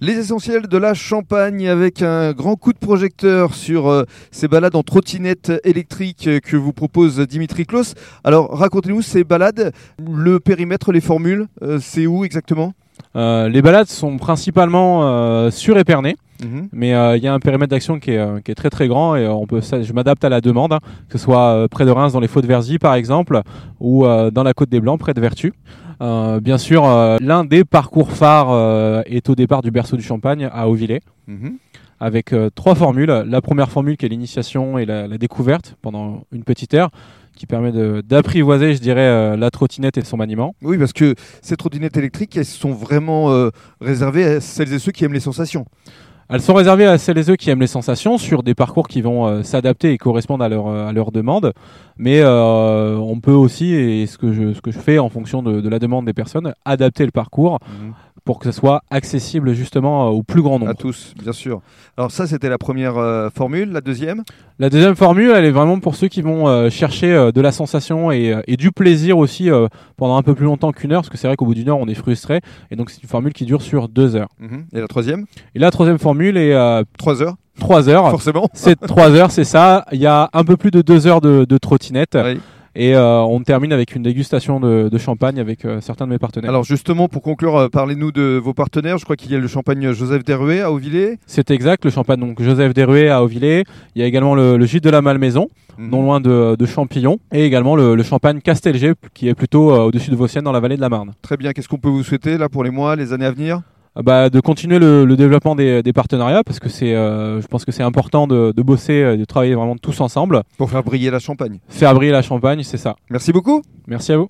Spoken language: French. Les essentiels de la Champagne avec un grand coup de projecteur sur euh, ces balades en trottinette électrique euh, que vous propose Dimitri Klaus. Alors racontez-nous ces balades, le périmètre, les formules, euh, c'est où exactement Euh, les balades sont principalement euh, sur Épernay, Mhm, mais euh, il y a un périmètre d'action qui, est, euh, qui est très très grand et euh, on peut, ça, je m'adapte à la demande, hein, que ce soit euh, près de Reims dans les Faux de Verzy par exemple, ou euh, dans la Côte des Blancs près de Vertu. Euh, bien sûr, euh, l'un des parcours phares euh, est au départ du berceau du Champagne à Auvillers Mhm. avec euh, trois formules. La première formule qui est l'initiation et la, la découverte pendant une petite heure, qui permet de- d'apprivoiser, je dirais, euh, la trottinette et son maniement. Oui, parce que ces trottinettes électriques, elles sont vraiment euh, réservées à celles et ceux qui aiment les sensations. Elles sont réservées à celles et ceux qui aiment les sensations sur des parcours qui vont euh, s'adapter et correspondre à leur euh, à leur demande. Mais euh, on peut aussi, et ce que je, ce que je fais en fonction de, de la demande des personnes, adapter le parcours Mhm. pour que ce soit accessible justement euh, au plus grand nombre. À tous, bien sûr. Alors ça, c'était la première euh, formule. La deuxième La deuxième formule, elle est vraiment pour ceux qui vont euh, chercher euh, de la sensation et, euh, et du plaisir aussi euh, pendant un peu plus longtemps qu'une heure, parce que c'est vrai qu'au bout d'une heure, on est frustré, et donc c'est une formule qui dure sur deux heures. Mhm. Et la troisième Et la troisième formule est euh, Trois heures, trois heures. forcément. C'est trois heures, c'est ça. Il y a un peu plus de deux heures de, de trottinette, Oui. et euh, on termine avec une dégustation de, de champagne avec euh, certains de mes partenaires. Alors justement, pour conclure, euh, parlez-nous de vos partenaires. Je crois qu'il y a le champagne Joseph Deruet à Auvillers. C'est exact, le champagne donc Joseph Deruet à Auvillers. Il y a également le, le gîte de la Malmaison, Mhm. non loin de, de Champillon, et également le, le champagne Castelger, qui est plutôt euh, au-dessus de Vauciennes, dans la vallée de la Marne. Très bien. Qu'est-ce qu'on peut vous souhaiter là pour les mois, les années à venir Euh, Bah, de continuer le, le développement des, des partenariats, parce que c'est, euh, je pense que c'est important de, de bosser, euh, de travailler vraiment tous ensemble. pour faire briller la Champagne Faire briller la Champagne, c'est ça. Merci beaucoup. Merci à vous.